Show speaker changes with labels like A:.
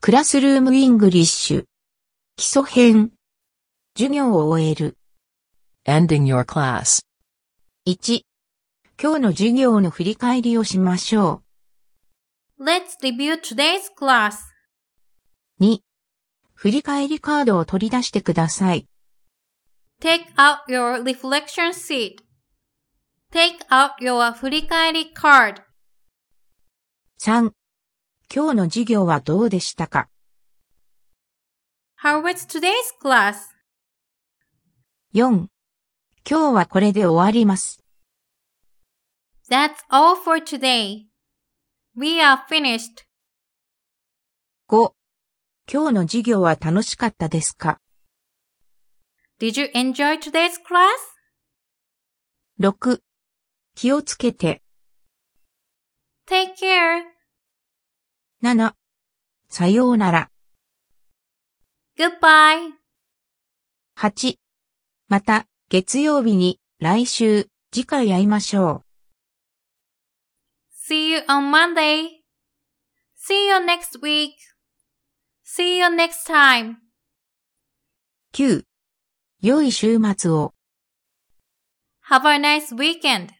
A: クラスルームイングリッシュ。基礎編。授業を終える。
B: Ending your class.
A: 1。今日の授業の振り返りをしましょ
C: Let's review today's class.
A: う。2。振り返りカードを取り出してください。
C: Take out your reflection sheet. Take out your 振り返り card.
A: 3。今日の授業はどうでしたか
C: How was today's class?
A: 4。今日はこれで終わります。
C: That's all for today. We are finished.
A: 5。今日の授業は楽しかったですか
C: Did you enjoy today's class?
A: 6. 気をつけて。
C: Take care.
A: 7. さようなら。
C: Goodbye.
A: 8. また、月曜日に、来週、次回会いましょう。
C: See you on Monday. See you next week. See you next time.
A: 9. 良い週末を。
C: Have a nice weekend.